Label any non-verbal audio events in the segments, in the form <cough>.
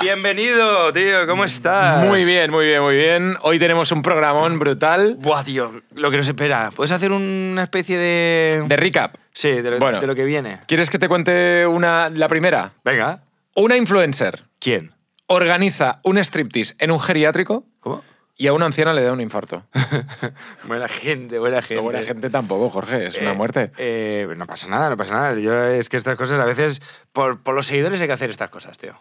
bienvenido, tío. ¿Cómo estás? Muy bien, muy bien, muy bien. Hoy tenemos un programón brutal Buah, tío, lo que nos espera. ¿Puedes hacer una especie de. de recap. Sí, de lo, Bueno. de lo que viene. ¿Quieres que te cuente una, la primera? Venga. Una influencer ¿Quién? organiza un striptease en un geriátrico ¿Cómo? <laughs> y a una anciana le da un <laughs> infarto. buena gente, buena gente. No buena gente tampoco, Jorge, es una Eh, muerte. eh, no pasa nada, no pasa nada. Yo, es que estas cosas a veces, por, por los seguidores hay que hacer estas cosas, tío.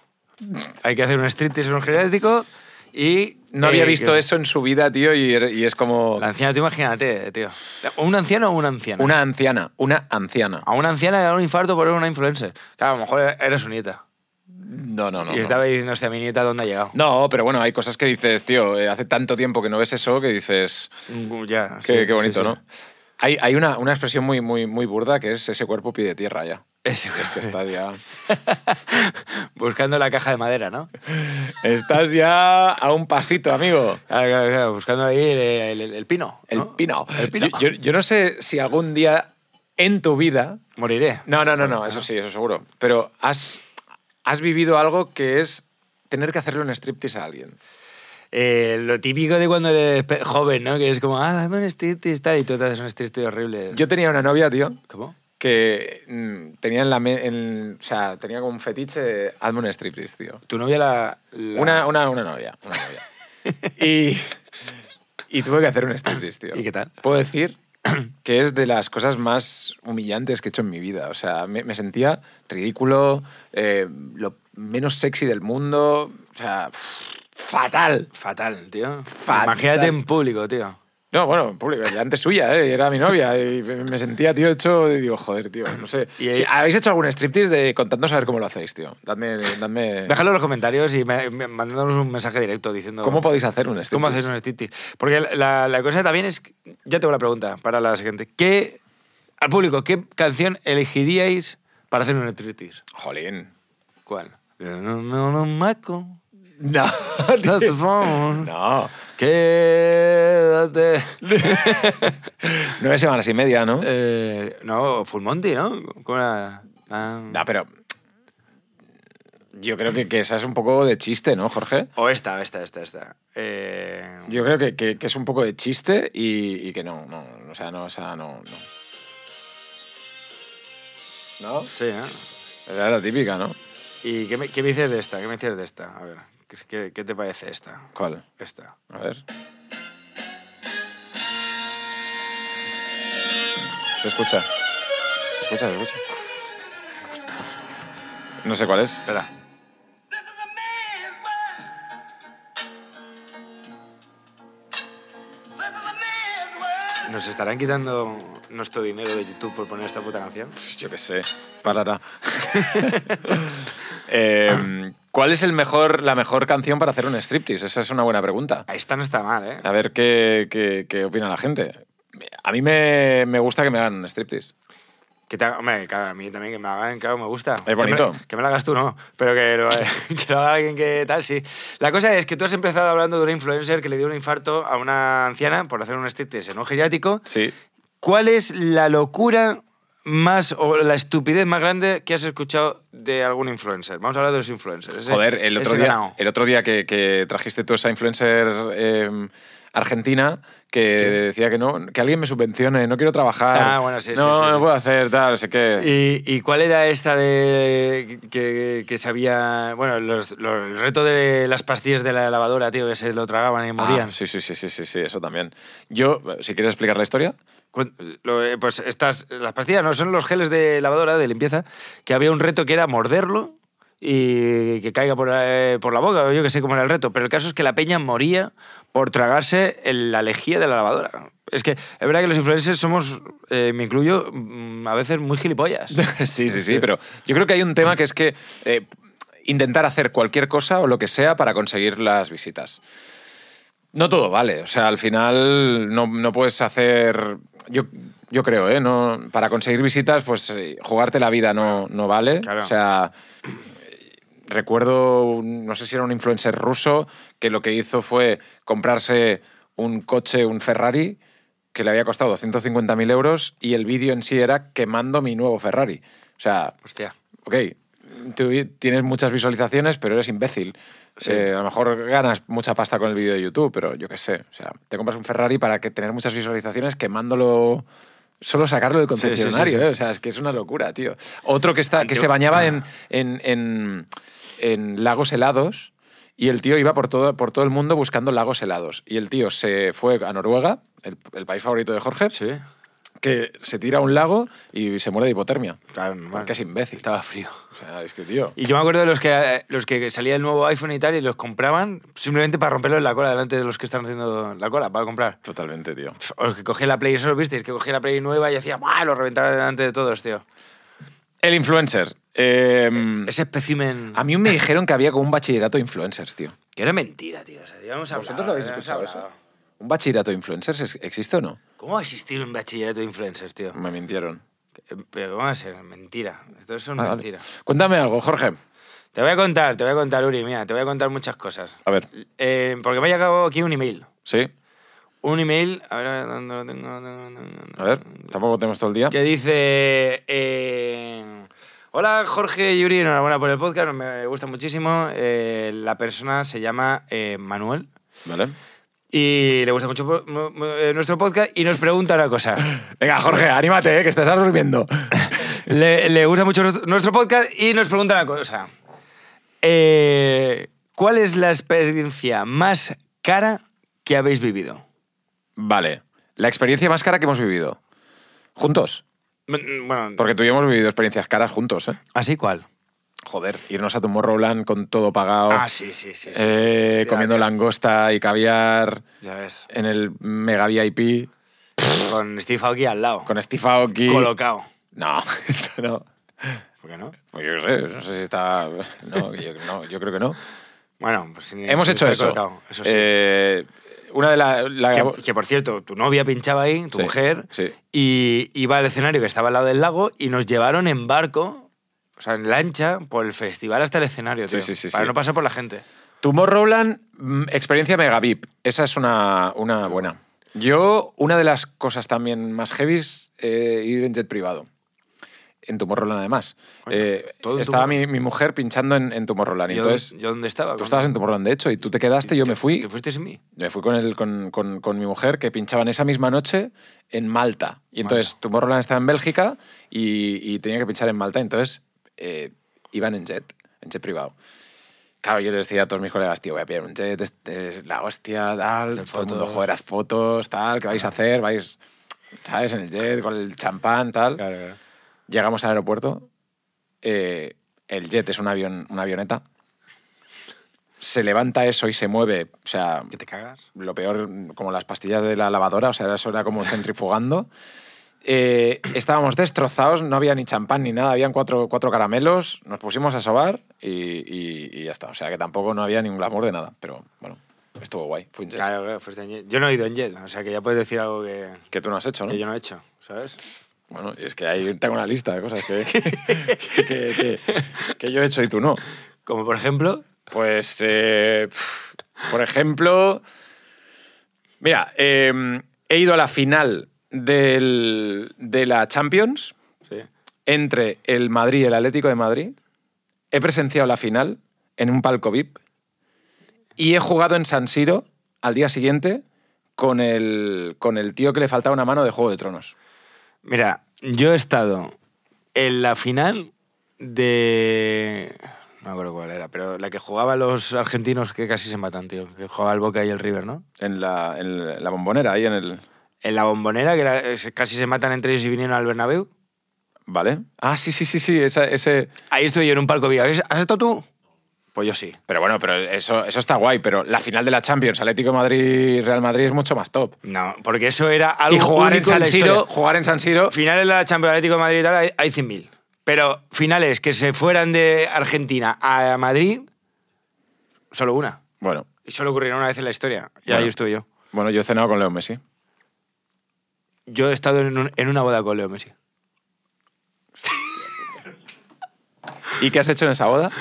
Hay que hacer un striptease en un geriátrico y... No eh, había visto que- eso en su vida, tío, y, er- y es como La anciana, tú imagínate, tío. ¿Un anciano o una anciana? una anciana, una anciana. A una anciana le da un infarto por ver una influencer. Claro, a lo mejor era su nieta. No, no, no. y no. estaba diciendo, hostia, mi nieta, ¿dónde ha llegado? No, pero bueno, hay cosas que dices, tío, eh, hace tanto tiempo que no ves eso que dices, Mm, Ya, qué, sí, qué bonito, sí, sí. <laughs> ¿no? Hay, hay una, una expresión muy, muy, muy burda que es ese cuerpo pide tierra ya. Ese güey. Es que estás ya. Buscando la caja de madera, ¿no? <laughs> Estás ya a un pasito, amigo. Claro, claro, claro, buscando ahí el, el- el pino. El ¿no? pino. El pino. Yo, yo- yo no sé si algún día en tu vida. Moriré. No, no, no, no, eso sí, eso seguro. Pero has, has vivido algo que es tener que hacerle un striptease a alguien. Eh, lo típico de cuando eres pe- joven, ¿no? Que es como, ah, dame un striptease tal, y tú te haces un striptease horrible. Yo tenía una novia, tío, ¿Cómo? que mm, tenía en la. me- en- o sea, tenía como un fetiche de hazme un striptease, tío. Tu novia la... la- Una, una, una novia. Una <laughs> novia. y, y tuve que hacer un striptease, tío. ¿Y qué tal? Puedo decir <clears throat> que es de las cosas más humillantes que he hecho en mi vida. O sea, me, me sentía ridículo, eh, lo menos sexy del mundo. O sea, fatal. Fatal, tío. Fatal. Imagínate en público, tío. No, bueno, en público, ya antes suya, ¿eh? era mi novia. Y me sentía, tío, hecho. Y digo, joder, tío, no sé. Y ahí- Si ¿Habéis hecho algún striptease? De, contadnos a ver cómo lo hacéis, tío. Dadme. dadme... Déjalo en los comentarios y me, me- mandándonos un mensaje directo diciendo... ¿Cómo este podéis hacer un ¿Cómo striptease? haces un striptease? Porque la- la, la cosa también es... que- Ya tengo la pregunta para la siguiente. ¿Qué... Al público, ¿qué canción elegiríais para hacer un striptease? Jolín. <laughs> ¿Cuál? No, no, no, maco. No, No, <laughs> tío. supongo. No, <laughs> Quédate. nueve semanas y media, ¿no? Eh, no, Full Monty, ¿no? Con una- ah. No, pero. Yo creo que, que esa es un poco de chiste, ¿no, Jorge? O esta, esta, esta, esta. Eh, Yo creo que, que- que es un poco de chiste y, y que no, no, o sea, no, o sea, no, no. ¿No? Sí, ¿eh? Era la típica, ¿no? ¿Y qué me, qué me dices de esta? ¿Qué me dices de esta? A ver, ¿qué, qué te parece esta? ¿Cuál? Esta. A ver. Se escucha. Se escucha, se escucha. No sé cuál es. Espera. ¿Nos estarán quitando nuestro dinero de YouTube por poner esta puta canción? Pues Yo qué sé, parará. <laughs> Eh, ¿Cuál es el mejor, la mejor canción para hacer un striptease? Esa es una buena pregunta. Esta no está mal, ¿eh? A ver qué, qué- qué opina la gente. A mí me, me gusta que me hagan un striptease. Que te haga- hombre, claro, a mí también que me la hagan, claro, me gusta. Es bonito. Que me, que me la hagas tú, no. Pero que lo, <laughs> que lo haga alguien que tal, sí. La cosa es que tú has empezado hablando de una influencer que le dio un infarto a una anciana por hacer un striptease en un geriátrico. Sí. ¿Cuál es la locura más o la estupidez más grande que has escuchado de algún influencer? Vamos a hablar de los influencers. Ese- Joder, el otro ese día, ganao. el otro día que, que trajiste tú esa influencer eh, argentina que decía que no, que alguien me subvencione, no quiero trabajar. Ah, bueno, sí, sí, No, sí, sí. no puedo hacer tal, no sé qué. ¿Y, y cuál era esta de que, que sabía, bueno, los- los- el reto de las pastillas de la lavadora, tío, que se lo tragaban y Ah, morían? sí, sí, sí, sí, sí, sí, eso también. Yo, si quieres explicar la historia. Cuen- lo- eh, Pues estas, las pastillas no son los geles de lavadora, de limpieza, que había un reto que era morderlo y que caiga por, eh, por la boca, o yo que sé cómo era el reto. Pero el caso es que la peña moría por tragarse el- la lejía de la lavadora. Es que es verdad que los influencers somos, eh, me incluyo, mm, a veces muy <laughs> gilipollas. sí, sí, sí, pero yo creo que hay un tema que es que eh, intentar hacer cualquier cosa o lo que sea para conseguir las visitas. No todo vale, o sea, al final no, no puedes hacer, yo, yo creo, ¿eh? No, para conseguir visitas, pues eh, jugarte la vida no, no vale. Claro. O sea, recuerdo, un- no sé si era un influencer ruso, que lo que hizo fue comprarse un coche, un Ferrari, que le había costado 150.000 euros y el vídeo en sí era quemando mi nuevo Ferrari. O sea, Hostia. ok, tú tienes muchas visualizaciones, pero eres imbécil. Sí. Eh, a lo mejor ganas mucha pasta con el vídeo de YouTube, pero yo qué sé. O sea, te compras un Ferrari para que tener muchas visualizaciones quemándolo. Solo sacarlo del Sí, sí, sí, concesionario, sí. ¿eh? O sea, es que es una locura, tío. Otro que está, que Yo- <clears throat> se bañaba en, en, en- en lagos helados y el tío iba por todo, por todo el mundo buscando lagos helados. Y el tío se fue a Noruega, el, el país favorito de Jorge, Sí. que se tira a un lago y se muere de hipotermia. Claro, normal. Porque es imbécil. Estaba frío. O sea, es que, tío. Y yo me acuerdo de los que, eh, los que salía el nuevo iPhone y tal y los compraban simplemente para romperlo en la cola delante de los que están haciendo la cola para comprar. Totalmente, tío. Pf, O los que cogía la Play, eso lo visteis, que cogía la Play nueva y hacía, ¡buah! Lo reventaba delante de todos, tío. El influencer. Eh, Ese espécimen... a mí me dijeron que había como un bachillerato de influencers, tío. Que era mentira, tío. O sea, ya hemos hablado, ya hemos hablado. ¿Un bachillerato de influencers es- existe o no? ¿Cómo va a existir un bachillerato de influencers, tío? Me mintieron. Eh, Pero vamos a ser, mentira. Esto es una Ah, vale. mentira. Cuéntame algo, Jorge. Te voy a contar, te voy a contar, Uri, mira, te voy a contar muchas cosas. A ver, Eh, porque me ha llegado aquí un email. sí. Un email, a ver, a ver, ¿dónde lo tengo? ¿Dónde lo tengo? A ver, tampoco tenemos todo el día. Que dice... eh, Hola Jorge y Uri, enhorabuena por el podcast, me gusta muchísimo. Eh, la persona se llama eh, Manuel Vale. y le gusta mucho po- mu- mu- eh, nuestro podcast y nos pregunta una cosa. <laughs> Venga, Jorge, anímate, eh, que estás durmiendo. le, le gusta mucho nuestro- nuestro podcast y nos pregunta una cosa. Eh, ¿Cuál es la experiencia más cara que habéis vivido? Vale. La experiencia más cara que hemos vivido. Juntos. Mm, Bueno, Porque tú y yo hemos vivido experiencias caras juntos, ¿eh? ¿así ¿ah, cuál? Joder, irnos a Tomorrowland con todo pagado. Ah, sí, sí, sí. sí, sí. eh, Hostia, comiendo tío. langosta y caviar Ya ves. en el mega VIP Con Steve Aoki al lado. con Steve Aoki. Colocado. No, <laughs> esto no. ¿Por qué no? Pues yo qué sé, no sé si está. No, yo, no, yo creo que no. Bueno, pues sin- Hemos sin hecho estar eso. colocado, eso sí. Eh, una de las. La, que, que, por cierto, tu novia pinchaba ahí, tu Sí, mujer, sí. y iba al escenario que estaba al lado del lago y nos llevaron en barco, o sea, en lancha, por el festival hasta el escenario, Sí, tío, sí, sí, para sí. no pasar por la gente. Tomorrowland, mm, experiencia mega VIP. Esa es una, una buena. Yo, una de las cosas también más heavies, eh, ir en jet privado. En Tomorrowland, además. Coño, Eh, todo en estaba mi, Tomorrowland. mi mujer pinchando en, en Tomorrowland. Y yo, entonces, ¿Yo dónde estaba? tú estabas en Tomorrowland, de hecho, y tú te quedaste, yo me fui. ¿Te fuiste sin mí? Me fui con, el, con, con- con mi mujer, que pinchaban esa misma noche en Malta. Y entonces Tomorrowland estaba en Bélgica y, y tenía que pinchar en Malta. Entonces eh, iban en jet, en jet privado. Claro, yo les decía a todos mis colegas, tío, voy a pillar un jet, este es la hostia, tal, Hacer todo el mundo, fotos. joder, haz fotos, tal, ¿qué vais a hacer? Vais, ¿sabes? En el jet, con el champán, tal. Llegamos al aeropuerto. eh, el jet es un avión, una avioneta. Se levanta eso y se mueve. O sea, ¿Que te cagas? lo peor, como las pastillas de la lavadora, o sea, eso era como centrifugando. Eh, estábamos destrozados, no había ni champán ni nada, habían cuatro, cuatro caramelos, nos pusimos a sobar y, y- y ya está. O sea, que tampoco no había ningún glamour de nada, pero bueno, estuvo guay. Fue un jet. Claro, claro, fuiste en jet. Yo no he ido en jet, o sea que ya puedes decir algo que, Que tú no has hecho, ¿no? que yo no he hecho, ¿sabes? Bueno, es que ahí tengo una lista de cosas que, <laughs> que, que- que yo he hecho y tú no. Como por ejemplo, Pues, eh, por ejemplo, mira, eh, he ido a la final del- de la Champions sí. entre el Madrid y el Atlético de Madrid. He presenciado la final en un palco VIP y he jugado en San Siro al día siguiente con el, con el tío que le faltaba una mano de Juego de Tronos. Mira, yo he estado en la final de. No me acuerdo cuál era, pero la que jugaban los argentinos que casi se matan, tío. Que jugaba el Boca y el River, ¿no? En la, en la bombonera, ahí en el... En la bombonera, que era- es- casi se matan entre ellos y vinieron al Bernabéu. ¿Vale? Ah, sí, sí, sí, sí, esa- ese... Ahí estoy yo en un palco vivo. ¿Has has estado tú? Pues yo sí. Pero bueno, pero eso, eso está guay, pero la final de la Champions, Atlético de Madrid, Real Madrid es mucho más top. No, porque eso era algo. y jugar en único San la historia. Siro, jugar en San Siro, Finales de la Champions Atlético de Madrid y tal, hay, hay 100.000. Pero finales que se fueran de Argentina a Madrid, solo una. bueno, Y solo ocurrieron una vez en la historia. Y Bueno. ahí estuve yo. bueno, yo he cenado con Leo Messi. Yo he estado en, un- en una boda con Leo Messi. ¿Y qué has hecho en esa boda?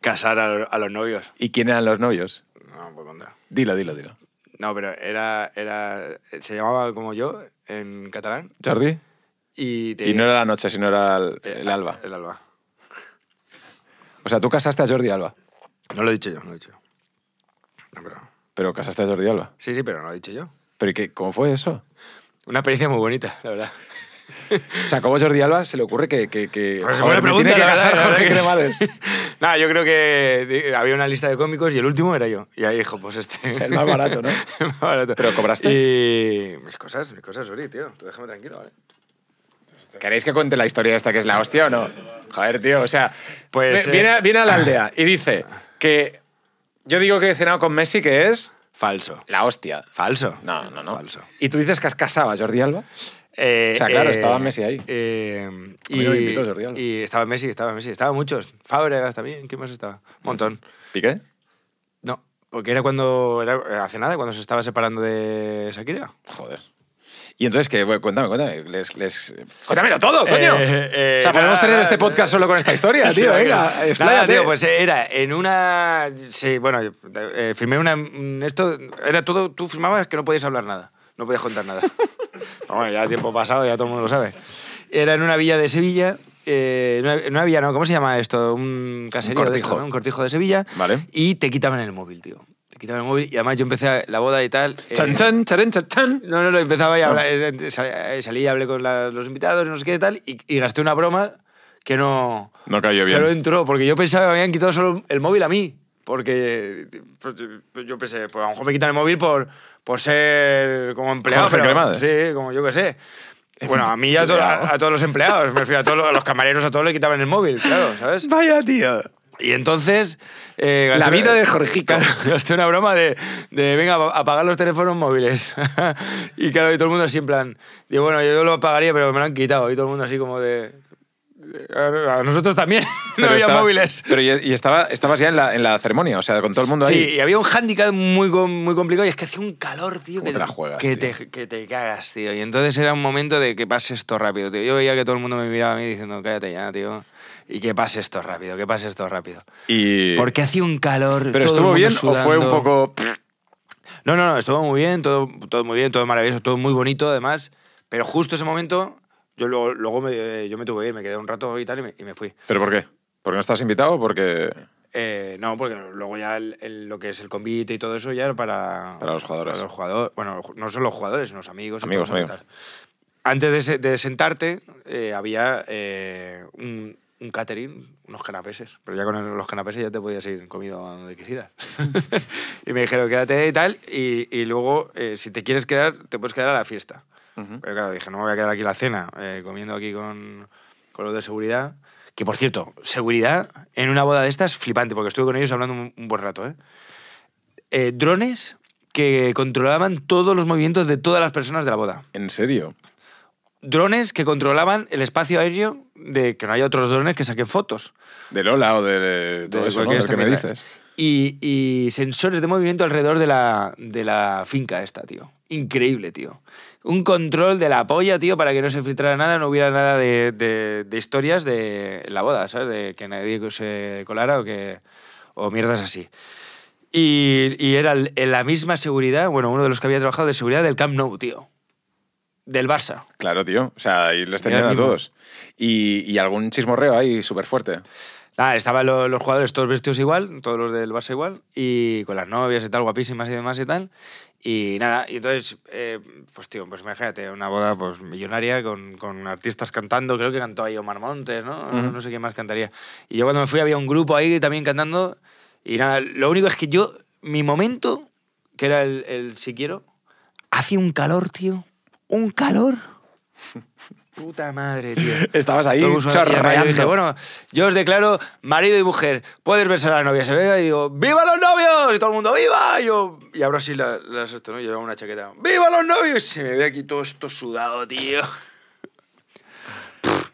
Casar a, lo- a los novios. ¿Y quién eran los novios? No, no puedo contar. Dilo, dilo, dilo. No, pero era, era. Se llamaba como yo, en catalán. Jordi. Y, tenía- Y no era la noche, sino era el, Eh, eh, el alba. El alba. sea, tú casaste a Jordi Alba, No lo he dicho yo, no lo he dicho yo. No, pero... pero casaste a Jordi Alba. Sí, sí, pero no lo he dicho yo. ¿Pero ¿y qué, cómo fue eso? Una experiencia muy bonita, la verdad. O sea, ¿cómo a Jordi Alba se le ocurre que... que, que Pues Joder, buena me pregunta, tiene la que verdad, casar la verdad Jorge que sí. Cremades? <laughs> <laughs> Nada, yo creo que eh, había una lista de cómicos y el último era yo. Y ahí dijo, pues este. <laughs> El más barato, ¿no? <laughs> El más barato. ¿Pero cobraste? Y mis cosas, mis cosas, Uri, tío. Tú déjame tranquilo, ¿vale? ¿Queréis que cuente la historia esta que es la hostia o no? Joder, tío, o sea, Pues, ve- eh, viene, a- viene a la aldea y dice que yo digo que he cenado con Messi, que es Falso. la hostia. Falso. No, no, no. Falso. ¿Y tú dices que has casado a Jordi Alba? Eh, O sea, claro, estaba Messi ahí. eh, mí no me invitó Jordi Alba. y estaba Messi, estaba Messi, estaban muchos. Fábregas también, ¿qué más estaba? Un montón. ¿Piqué? No, porque era cuando, era eh, hace nada, cuando se estaba separando de Shakira. Joder. Y entonces, que, bueno, cuéntame, cuéntame. Les, les- Cuéntamelo todo, coño. Eh, eh, o sea, podemos nada, tener nada, este nada. podcast solo con esta historia, <laughs> tío. Sí, venga, nada, expláyate. tío, pues era en una... Sí, bueno, eh, firmé una... Esto era todo... Tú firmabas que no podías hablar nada. No podías contar <laughs> nada. Pero bueno, ya tiempo pasado, ya todo el mundo lo sabe. Era en una villa de Sevilla... eh, en una- en una villa, ¿no? ¿Cómo se llama esto? Un caserío de cortijo. esto, ¿no? Un cortijo de Sevilla. Vale. Y te quitaban el móvil, tío. Te quitaban el móvil. Y además yo empecé a- la boda y tal... eh, Chan, Ah. chan, charen, chan, chan. no, no, no, empezaba y habla- eh, sal- eh, salí y hablé con la- los invitados, no sé qué tal, y, y gasté una broma que no... No cayó Que bien. no entró, porque yo pensaba que me habían quitado solo el móvil a mí, porque pues, pues, yo pensé, pues a lo mejor me quitan el móvil por, por ser como empleado. Jorge pero, Cremades. sí, como yo qué sé. Bueno, a mí y a, to- a- a todos los empleados, me refiero a todos los, a los camareros, a todos le quitaban el móvil, claro, ¿sabes? Vaya, tío. Y entonces... eh, La gasté- vida de Jorgico. <laughs> Gasté una broma de, de, venga, apagar los teléfonos móviles. <laughs> y claro, y todo el mundo así en plan, digo, bueno, yo lo apagaría, pero me lo han quitado. Y todo el mundo así como de... de- A nosotros también, <laughs> no había estaba- móviles. Pero y, y estaba, estabas ya en la, en la ceremonia, o sea, con todo el mundo Sí, ahí. y había un handicap muy, com- muy complicado y es que hacía un calor, tío, ¿Cómo que, te la juegas, que, tío? Te, que te cagas, tío. Y entonces era un momento de que pase esto rápido, tío. Yo veía que todo el mundo me miraba a mí diciendo, cállate ya, tío. Y que pase esto rápido, que pase esto rápido. Y... Porque hacía un calor. ¿Pero todo el estuvo mundo bien o fue un sudando. poco... No, no, no, estuvo muy bien, todo, todo muy bien, todo maravilloso, todo muy bonito además. Pero justo ese momento, yo luego, luego me, yo me tuve que ir, me quedé un rato y tal y me, y me fui. ¿Pero por qué? ¿Porque no estabas invitado? Porque... Eh, no, porque luego ya el- el- lo que es el convite y todo eso ya era para, Para los jugadores. para los jugadores. Bueno, no solo los jugadores, sino los amigos. y Amigos, todo el mundo y amigos. tal. Antes de, se- de sentarte eh, había eh, un, un catering, unos canapeses. Pero ya con el- los canapeses ya te podías ir comido a donde <laughs> quisieras. y me dijeron, quédate y tal. Y, y luego, eh, si te quieres quedar, te puedes quedar a la fiesta. Pero claro, dije, no me voy a quedar aquí la cena, eh, comiendo aquí con, con los de seguridad. Que por cierto, seguridad en una boda de estas flipante, porque estuve con ellos hablando un, un buen rato. ¿eh? Eh, drones que controlaban todos los movimientos de todas las personas de la boda. ¿En serio? Drones que controlaban el espacio aéreo de que no haya otros drones que saquen fotos. ¿De Lola o de, todo de eso ¿no? cualquier Del esta que me mierda. dices? Y, y sensores de movimiento alrededor de la, de la finca esta, tío. Increíble, tío. Un control de la polla, tío, para que no se filtrara nada, no hubiera nada de, de- de historias de la boda, ¿sabes? De que nadie se colara o que... o mierdas así. Y, y era el- la misma seguridad, bueno, uno de los que había trabajado de seguridad del Camp Nou, tío. Del Barça. Claro, tío. O sea, ahí les Mira tenían a mismo. todos. Y, y algún chismorreo ahí súper fuerte. Nada, Ah, estaban lo- los, jugadores todos vestidos igual, todos los del Barça igual, y con las novias y tal, guapísimas y demás y tal. Y nada, y entonces, eh, pues tío, pues imagínate, una boda pues millonaria con, con artistas cantando, creo que cantó ahí Omar Montes, ¿no? Ujú. No sé quién más cantaría. Y yo cuando me fui había un grupo ahí también cantando, y nada, lo único es que yo, mi momento, que era el, el si quiero, hacía un calor, tío, un calor. Puta madre, tío. <laughs> Estabas ahí Todo usuario. Y además chorreando. yo dije, bueno, yo os declaro marido y mujer. Puedes besar a la novia. Se vega y digo, ¡viva los novios! Y todo el mundo, ¡viva! Y yo, y abro así la- las esto, ¿no? Yo llevaba una chaqueta. ¡Viva los novios! Y se me ve aquí todo esto sudado, tío.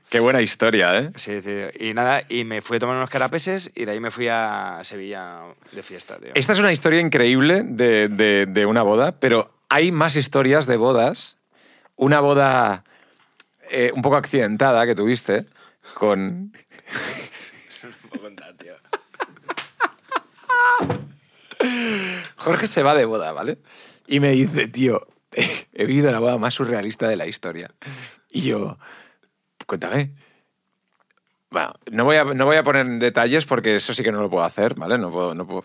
Qué buena historia, ¿eh? Sí, tío. Y nada, y me fui a tomar unos carapeses y de ahí me fui a Sevilla de fiesta, tío. Esta es una historia increíble de, de- de una boda, pero hay más historias de bodas. Una boda eh, un poco accidentada que tuviste con... <laughs> Jorge se va de boda, ¿vale? Y me dice, tío, he vivido la boda más surrealista de la historia. Y yo, cuéntame. Bueno, no voy, a, no voy a poner detalles porque eso sí que no lo puedo hacer, ¿vale? No puedo, no puedo,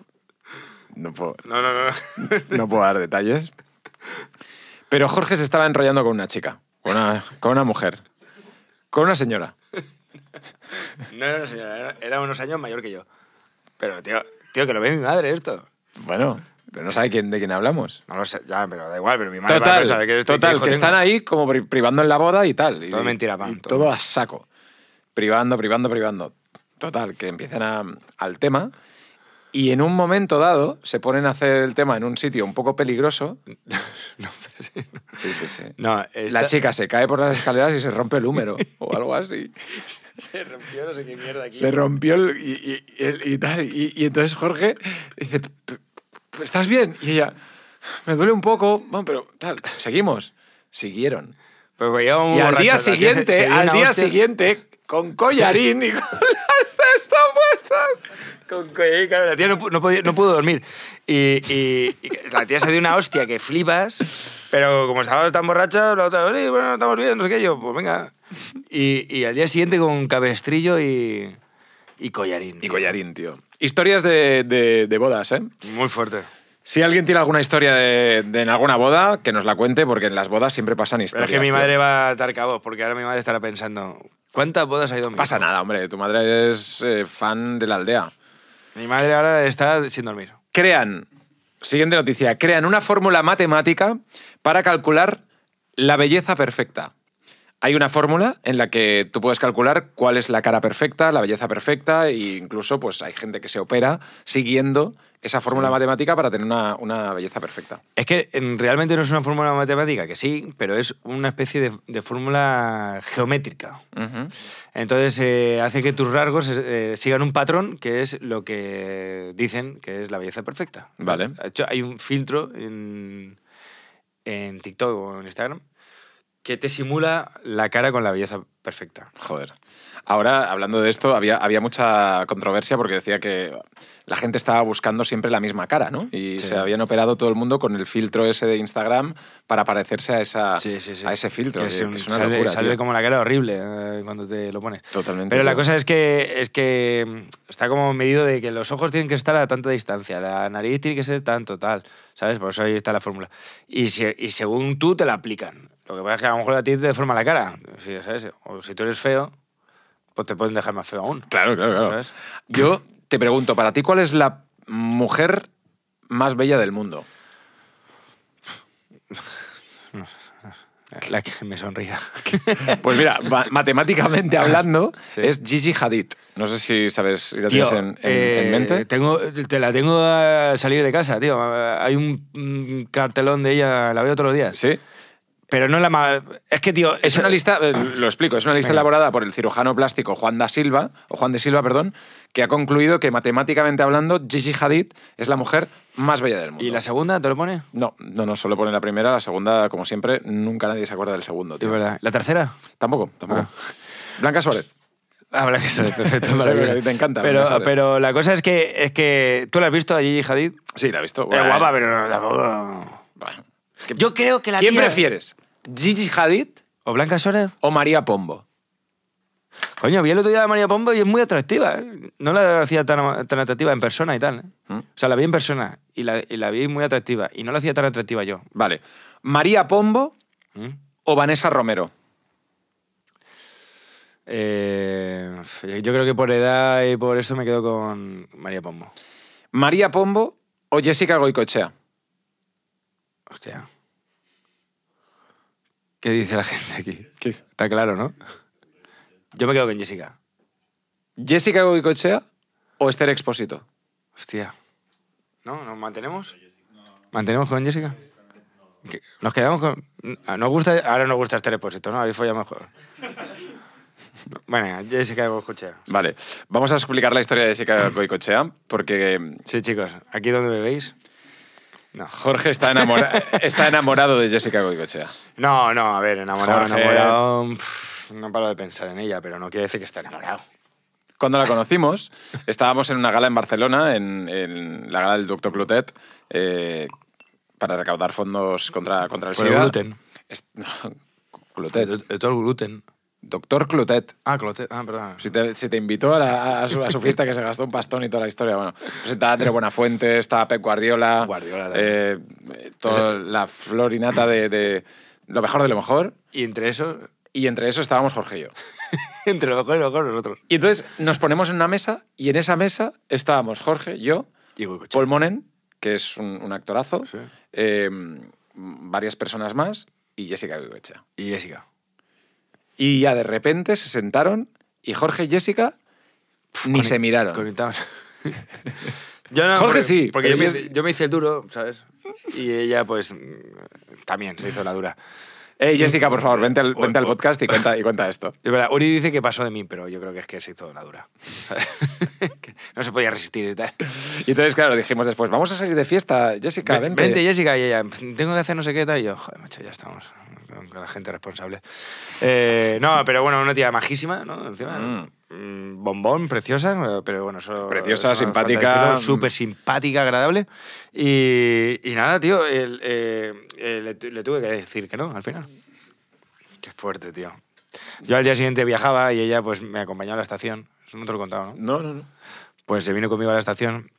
no puedo, <laughs> No, no, <laughs> no. no. no puedo dar detalles. Pero Jorge se estaba enrollando con una chica, con una, con una mujer, con una señora. No, no, señora, era, era unos años mayor que yo. Pero, tío, tío, que lo ve mi madre esto. Bueno, pero no sabe quién, de quién hablamos. No lo sé, ya, pero da igual, pero mi madre va a Total, pensar que este total, hijo que tengo. están ahí como pri- privando en la boda y tal. Y, Todo mentira, pan, y todo. todo. a saco. Privando, privando, privando. Total, que empiezan a- al tema y en un momento dado se ponen a hacer el tema en un sitio un poco peligroso. <laughs> No, pero sí, no. Sí, sí, sí. No, La esta- chica se cae por las escaleras y se rompe el húmero o algo así. Se rompió no sé qué mierda aquí. Se rompió el, y, y- y el- y tal. Y, y entonces Jorge dice, "P- p- ¿estás bien? Y ella, me duele un poco, bueno, pero tal, seguimos. Siguieron. Pues llevaba un Y al borracho, día ¿no? Que se- siguiente, se dio al una día hostia. siguiente, con collarín y con <laughs> las cestas puestas. Con que- claro, la tía no, pu- no podía- no pudo dormir. Y, y- y la tía se dio una hostia que flipas, pero como estaba tan borracha, la otra, "Sí, bueno, estamos bien, no sé qué, yo, pues venga. Y, y al día siguiente con cabestrillo y, y collarín. Y tío. collarín, tío. Historias de, de- de bodas, ¿eh? Muy fuerte. Si alguien tiene alguna historia de, de en alguna boda, que nos la cuente, porque en las bodas siempre pasan Pero historias. es que mi tío. madre va a atar cabos, porque ahora mi madre estará pensando, ¿cuántas bodas ha ido mi No pasa hijo?". nada, hombre. Tu madre es eh, fan de la aldea. Mi madre ahora está sin dormir. Crean, siguiente noticia, crean una fórmula matemática para calcular la belleza perfecta. Hay una fórmula en la que tú puedes calcular cuál es la cara perfecta, la belleza perfecta, e incluso pues, hay gente que se opera siguiendo esa fórmula matemática para tener una, una belleza perfecta. Es que en- realmente no es una fórmula matemática, que sí, pero es una especie de, de fórmula geométrica. Entonces eh, hace que tus rasgos eh, sigan un patrón que es lo que dicen que es la belleza perfecta. Vale. De hecho, hay un filtro en, en TikTok o en Instagram que te simula la cara con la belleza perfecta. Joder. Ahora, hablando de esto, había, había mucha controversia porque decía que la gente estaba buscando siempre la misma cara, ¿no? Y Sí. se habían operado todo el mundo con el filtro ese de Instagram para parecerse a, esa, Ah, a ese filtro. Que que- es un- que es una sale, locura, sale tío. como la cara horrible eh, cuando te lo pones. Totalmente. Pero la tío. cosa es que, es que mm, está como medido de que los ojos tienen que estar a tanta distancia, la nariz tiene que ser tanto, tal, ¿sabes? Por eso ahí está la fórmula. Y, se- y según tú te la aplican. Lo que pasa es que a lo mejor a ti te deforma la cara, sí, ¿sabes? O si tú eres feo, pues te pueden dejar más feo aún. Claro, claro, claro. ¿Sabes? Yo te pregunto, para ti, ¿cuál es la mujer más bella del mundo? La que me sonría. Pues mira, ma- matemáticamente hablando, <laughs> Sí. es Gigi Hadid. No sé si sabes, si la Tío, tienes en, en- eh, en mente. Tengo, te la tengo al salir de casa, tío. Hay un mm, cartelón de ella, la veo todos los días. Sí. Pero no es la más... Es que, tío... Es eso- una lista, eh, lo explico, es una lista Venga. elaborada por el cirujano plástico Juan da Silva, o Juan de Silva, perdón, que ha concluido que matemáticamente hablando, Gigi Hadid es la mujer más bella del mundo. ¿Y la segunda te lo pone? No, no, no, solo pone la primera, la segunda, como siempre, nunca nadie se acuerda del segundo, tío. Es verdad. ¿La tercera? Tampoco, tampoco. Blanca Suárez. Ah, Blanca Suárez, <laughs> perfecto. Sí, maravilloso. porque te encanta Blanca Pero, Suárez. pero la cosa es que, es que tú la has visto a Gigi Hadid. Sí, la he visto. Es Bueno, Eh, guapa, pero no, tampoco. bueno. Yo creo que la ¿Quién tía- prefieres? ¿Gigi Hadid ¿O Blanca Suárez? o María Pombo? Coño, vi el otro día a María Pombo y es muy atractiva. ¿eh? No la hacía tan, tan atractiva en persona y tal. ¿eh? ¿Mm? O sea, la vi en persona y la, y la vi muy atractiva. Y no la hacía tan atractiva yo. Vale. ¿María Pombo ¿Mm? o Vanessa Romero? Eh, yo creo que por edad y por eso me quedo con María Pombo. ¿María Pombo o Jessica Goicochea? Hostia. ¿Qué dice la gente aquí? Está claro, ¿no? Yo me quedo con Jessica. ¿Jessica Goicochea o Esther Expósito? Hostia. ¿No? ¿Nos mantenemos? ¿Mantenemos con Jessica? ¿Qué? Nos quedamos con... Ah, Nos gusta... Ahora nos gusta este repósito, ¿no? Habéis follado mejor. Bueno, Jessica de Cochea. Vale, vamos a explicar la historia de Jessica Goicochea porque Sí, chicos. ¿Aquí donde me veis? No. Jorge está, enamora- está enamorado de Jessica Goicochea. No, no. A ver, enamorado, Jorge. enamorado... pff, no paro de pensar en ella, pero no quiere decir que está enamorado. Cuando la conocimos, estábamos en una gala en Barcelona, en, en la gala del Doctor Clotet, eh, para recaudar fondos contra, contra el Por el SIDA. gluten. Es- <laughs> no, De, Clotet. de todo el gluten. Doctor Clotet. Ah, Clotet. Ah, perdón. Si te, si te invitó a, la- a su, a su fiesta que se gastó un pastón y toda la historia, bueno, pues estaba Andrés Buenafuente, estaba Pep Guardiola, Guardiola también. eh, eh, toda la florinata de, de lo mejor de lo mejor, Y entre eso, y entre eso estábamos Jorge y yo. <laughs> entre lo mejor y lo mejor nosotros. Y entonces nos ponemos en una mesa y en esa mesa estábamos Jorge, yo, Y Goicoechea. Paul Monen, que es un, un actorazo, Sí. eh, varias personas más y Jessica Goicoechea. Y Jessica. Y ya de repente se sentaron y Jorge y Jessica ni Coni- se miraron. Conectaban. <laughs> Yo no, Jorge porque- sí, Porque yo, pero me, yo- yo me hice el duro, ¿sabes? Y ella, pues, mm, también se hizo la dura. Eh, Jessica, por favor, vente al, vente al O- o- podcast y cuenta, y cuenta esto. Es verdad, Uri dice que pasó de mí, pero yo creo que es que se hizo la dura. <laughs> Que no se podía resistir y tal. Y entonces, claro, dijimos después, vamos a salir de fiesta, Jessica, Ve- vente. Jessica, y ella, tengo que hacer no sé qué tal. Y yo, joder, macho, ya estamos con con la gente responsable. Eh, no, pero bueno, una tía majísima, ¿no? Encima. Mm. mm, Bombón, preciosa, pero bueno, eso. Preciosa, eso no hace falta simpática. Mm. decirlo, Súper simpática, agradable. Y, y nada, tío, el, eh, eh, le, tu- le tuve que decir que no al final. Qué fuerte, tío. Yo al día siguiente viajaba y ella pues me acompañó a la estación. Eso no te lo he contado, ¿no? No, no, no. Pues se vino conmigo a la estación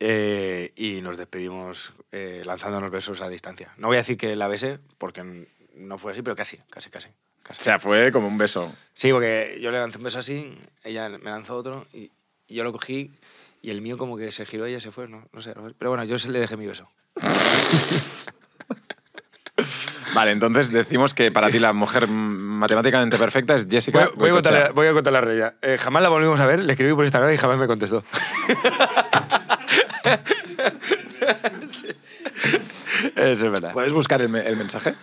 eh, y nos despedimos eh, lanzándonos besos a distancia. No voy a decir que la besé, porque n- no fue así, pero casi, casi, casi. O casi. sea, fue como un beso. Sí, porque yo le lancé un beso así, ella me lanzó otro y, y yo lo cogí y el mío como que se giró y ella se fue, no, no sé. Pero bueno, yo se le dejé mi beso. Vale, entonces decimos que para ti la mujer mm, matemáticamente perfecta es Voy, Jessica. voy a, contar Goicoechea. la, voy a contar la realidad. Eh, jamás la volvimos a ver, le escribí por Instagram y jamás me <laughs> contestó. Sí. Eso es verdad. ¿Puedes buscar el, me- el mensaje?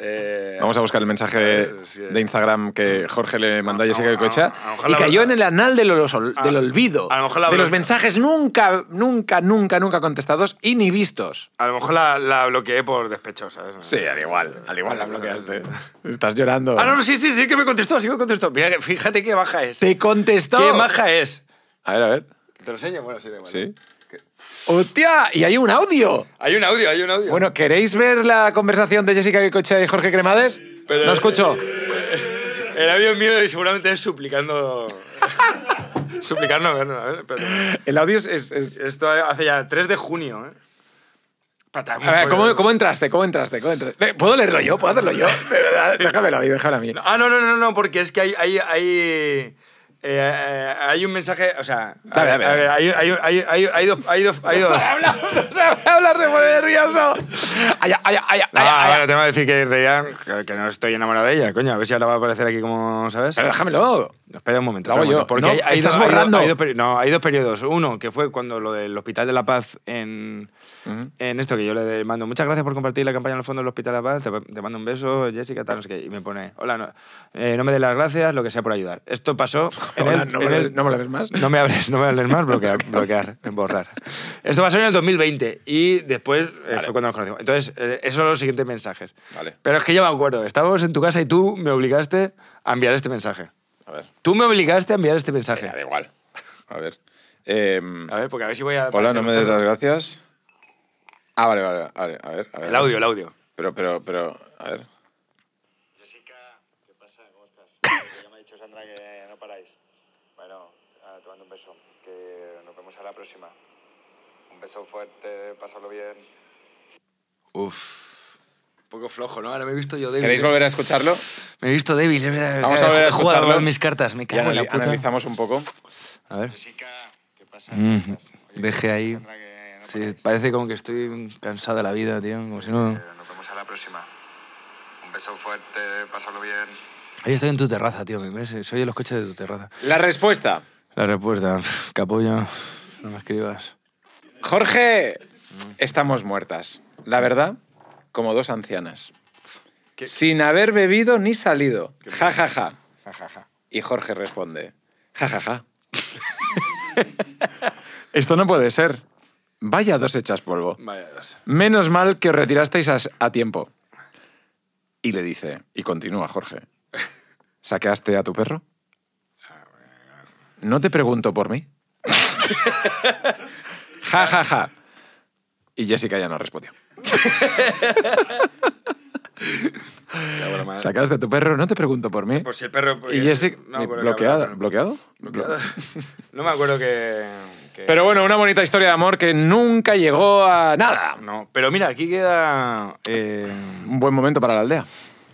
Eh, Vamos a buscar el mensaje ver, de, sí. eh. de Instagram que Jorge le mandó a Jessica a- a- Goicoechea a lo mejor y la- cayó en el anal de los ol- a- del olvido, a lo mejor la- de los mensajes nunca, nunca, nunca, nunca contestados y ni vistos. A lo mejor la, la bloqueé por despecho, ¿sabes? al igual, al igual la bloqueaste. Estás llorando. Ah, no, no, sí, sí, sí, que me contestó, sí que me contestó. Mira, que- fíjate qué baja es. ¡Te contestó! ¿Qué baja es? A ver, a ver. ¿Te lo enseño? Bueno, sí, da igual. Sí. ¡Hostia! ¡Y hay un audio! Hay un audio, hay un audio. Bueno, ¿queréis ver la conversación de Jessica Goicoechea y Jorge Cremades? Pero- no escucho. <laughs> El audio es mío y seguramente es suplicando... <laughs> suplicando, a ver, a ver, espérate. El audio es... es- es- Esto hace ya 3 de junio, ¿eh? Pata, muy A ver, fuerte. ¿cómo, cómo entraste? ¿Cómo entraste? ¿Cómo entraste? Ve, ¿Puedo leerlo yo? ¿Puedo hacerlo yo? De verdad, <laughs> déjamelo a mí, déjamelo a mí. <laughs> Ah, no, no, no, no, porque es que hay... hay, hay... eh, hay un mensaje, o sea, a Dale, ver, a dale, ver, hay, hay, hay, hay, hay dos, hay dos, hay dos. Habla, no sabe hablar, se pone nervioso. Ay, ay, ay, ay, ay, Ah, ay. bueno, tengo que decir que en realidad que- que no estoy enamorado de ella, coño. A ver si ahora va a aparecer aquí como, ¿sabes? Pero déjamelo. Espera un momento. Lo hago espera un yo. momento, Porque No, hay, hay estás dos- hay dos- borrando. hay dos peri- no, hay dos periodos. Uno, que fue cuando lo del Hospital de la Paz en, en esto que yo le mando. Muchas gracias por compartir la campaña en el fondo del Hospital de la Paz. Te, te mando un beso, Jessica, tal, no sé qué. Y me pone, hola, no, eh, no me des las gracias, lo que sea por ayudar. Esto pasó en <laughs> Hola, el- no en me- el- no me lo ves más. no me hables, no me hables más, bloquear, bloquear, borrar. Esto pasó en el 2020 y después eh, fue cuando nos conocimos. Entonces, eh, esos son los siguientes mensajes. Vale. Pero es que yo me acuerdo, estábamos en tu casa y tú me obligaste a enviar este mensaje. A ver, Tú me obligaste a enviar este mensaje. da igual. A ver. Em, A ver, porque a ver si voy a... hola, no me des las gracias. Ah, vale, vale, vale. A ver, a ver. El audio, el audio. Pero, pero, pero, a ver. Jessica, ¿qué pasa? ¿Cómo estás? Que Ya me ha dicho Sandra que no paráis. Bueno, ah, te mando un beso. Que nos vemos a la próxima. Un beso fuerte, pásalo bien. Uf. Un poco flojo, ¿no? Ahora me he visto yo débil. ¿Queréis volver a escucharlo? Me he visto débil, es verdad. Vamos He a volver a jugado escucharlo. mal mis cartas, me Y cago en la anali- puta. analizamos un poco. A ver. Jessica, ¿qué pasa? Mm, ¿Cómo estás? Oye, dejé que me ha ahí. dicho Sandra que no Sí, paráis. parece como que estoy cansado de la vida, tío. Como si no... Que nos vemos a la próxima. Un beso fuerte, pásalo bien. Ahí estoy en tu terraza, tío. Me ves, soy en los coches de tu terraza. La respuesta. La respuesta, capullo, no me escribas. Jorge, estamos muertas. La verdad, como dos ancianas. ¿Qué? Sin haber bebido ni salido. Ja, ja, ja. Jajaja. Y Jorge responde, ja, <laughs> ja, ja. Esto no puede ser. Vaya dos hechas polvo. Vaya dos. Menos mal que os retirasteis a, a tiempo. Y le dice, y continúa Jorge, ¿saqueaste a tu perro? No te pregunto por mí. ja, ja, ja. Y Jessica ya no respondió. mal. Sacaste a tu perro, no te pregunto por mí. Ah. Pues si el perro... y Jessica, no me acuerdo que bloqueada, hablaba con el- ¿bloqueado? <laughs> bloqueado. No me acuerdo que... que- Pero bueno, una bonita historia de amor que nunca llegó a nada. Ah, No, pero mira, aquí queda... eh, Un buen momento para la aldea.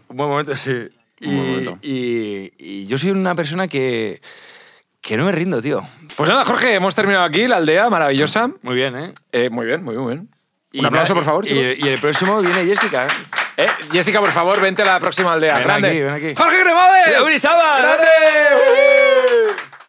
un buen momento, sí. Y, Un buen momento. y- y yo soy una persona que... Que no me rindo, tío. Pues nada, Jorge, hemos terminado aquí la aldea maravillosa. Muy bien, ¿eh? Eh, muy bien, muy bien. Y Un aplauso, nada, por favor. Y, chicos. y el próximo viene Jessica. Eh, Jessica, por favor, vente a la próxima aldea. Ven Grande. aquí, ven aquí. Jorge Gremades. ¡Uri Saba! ¡Grande!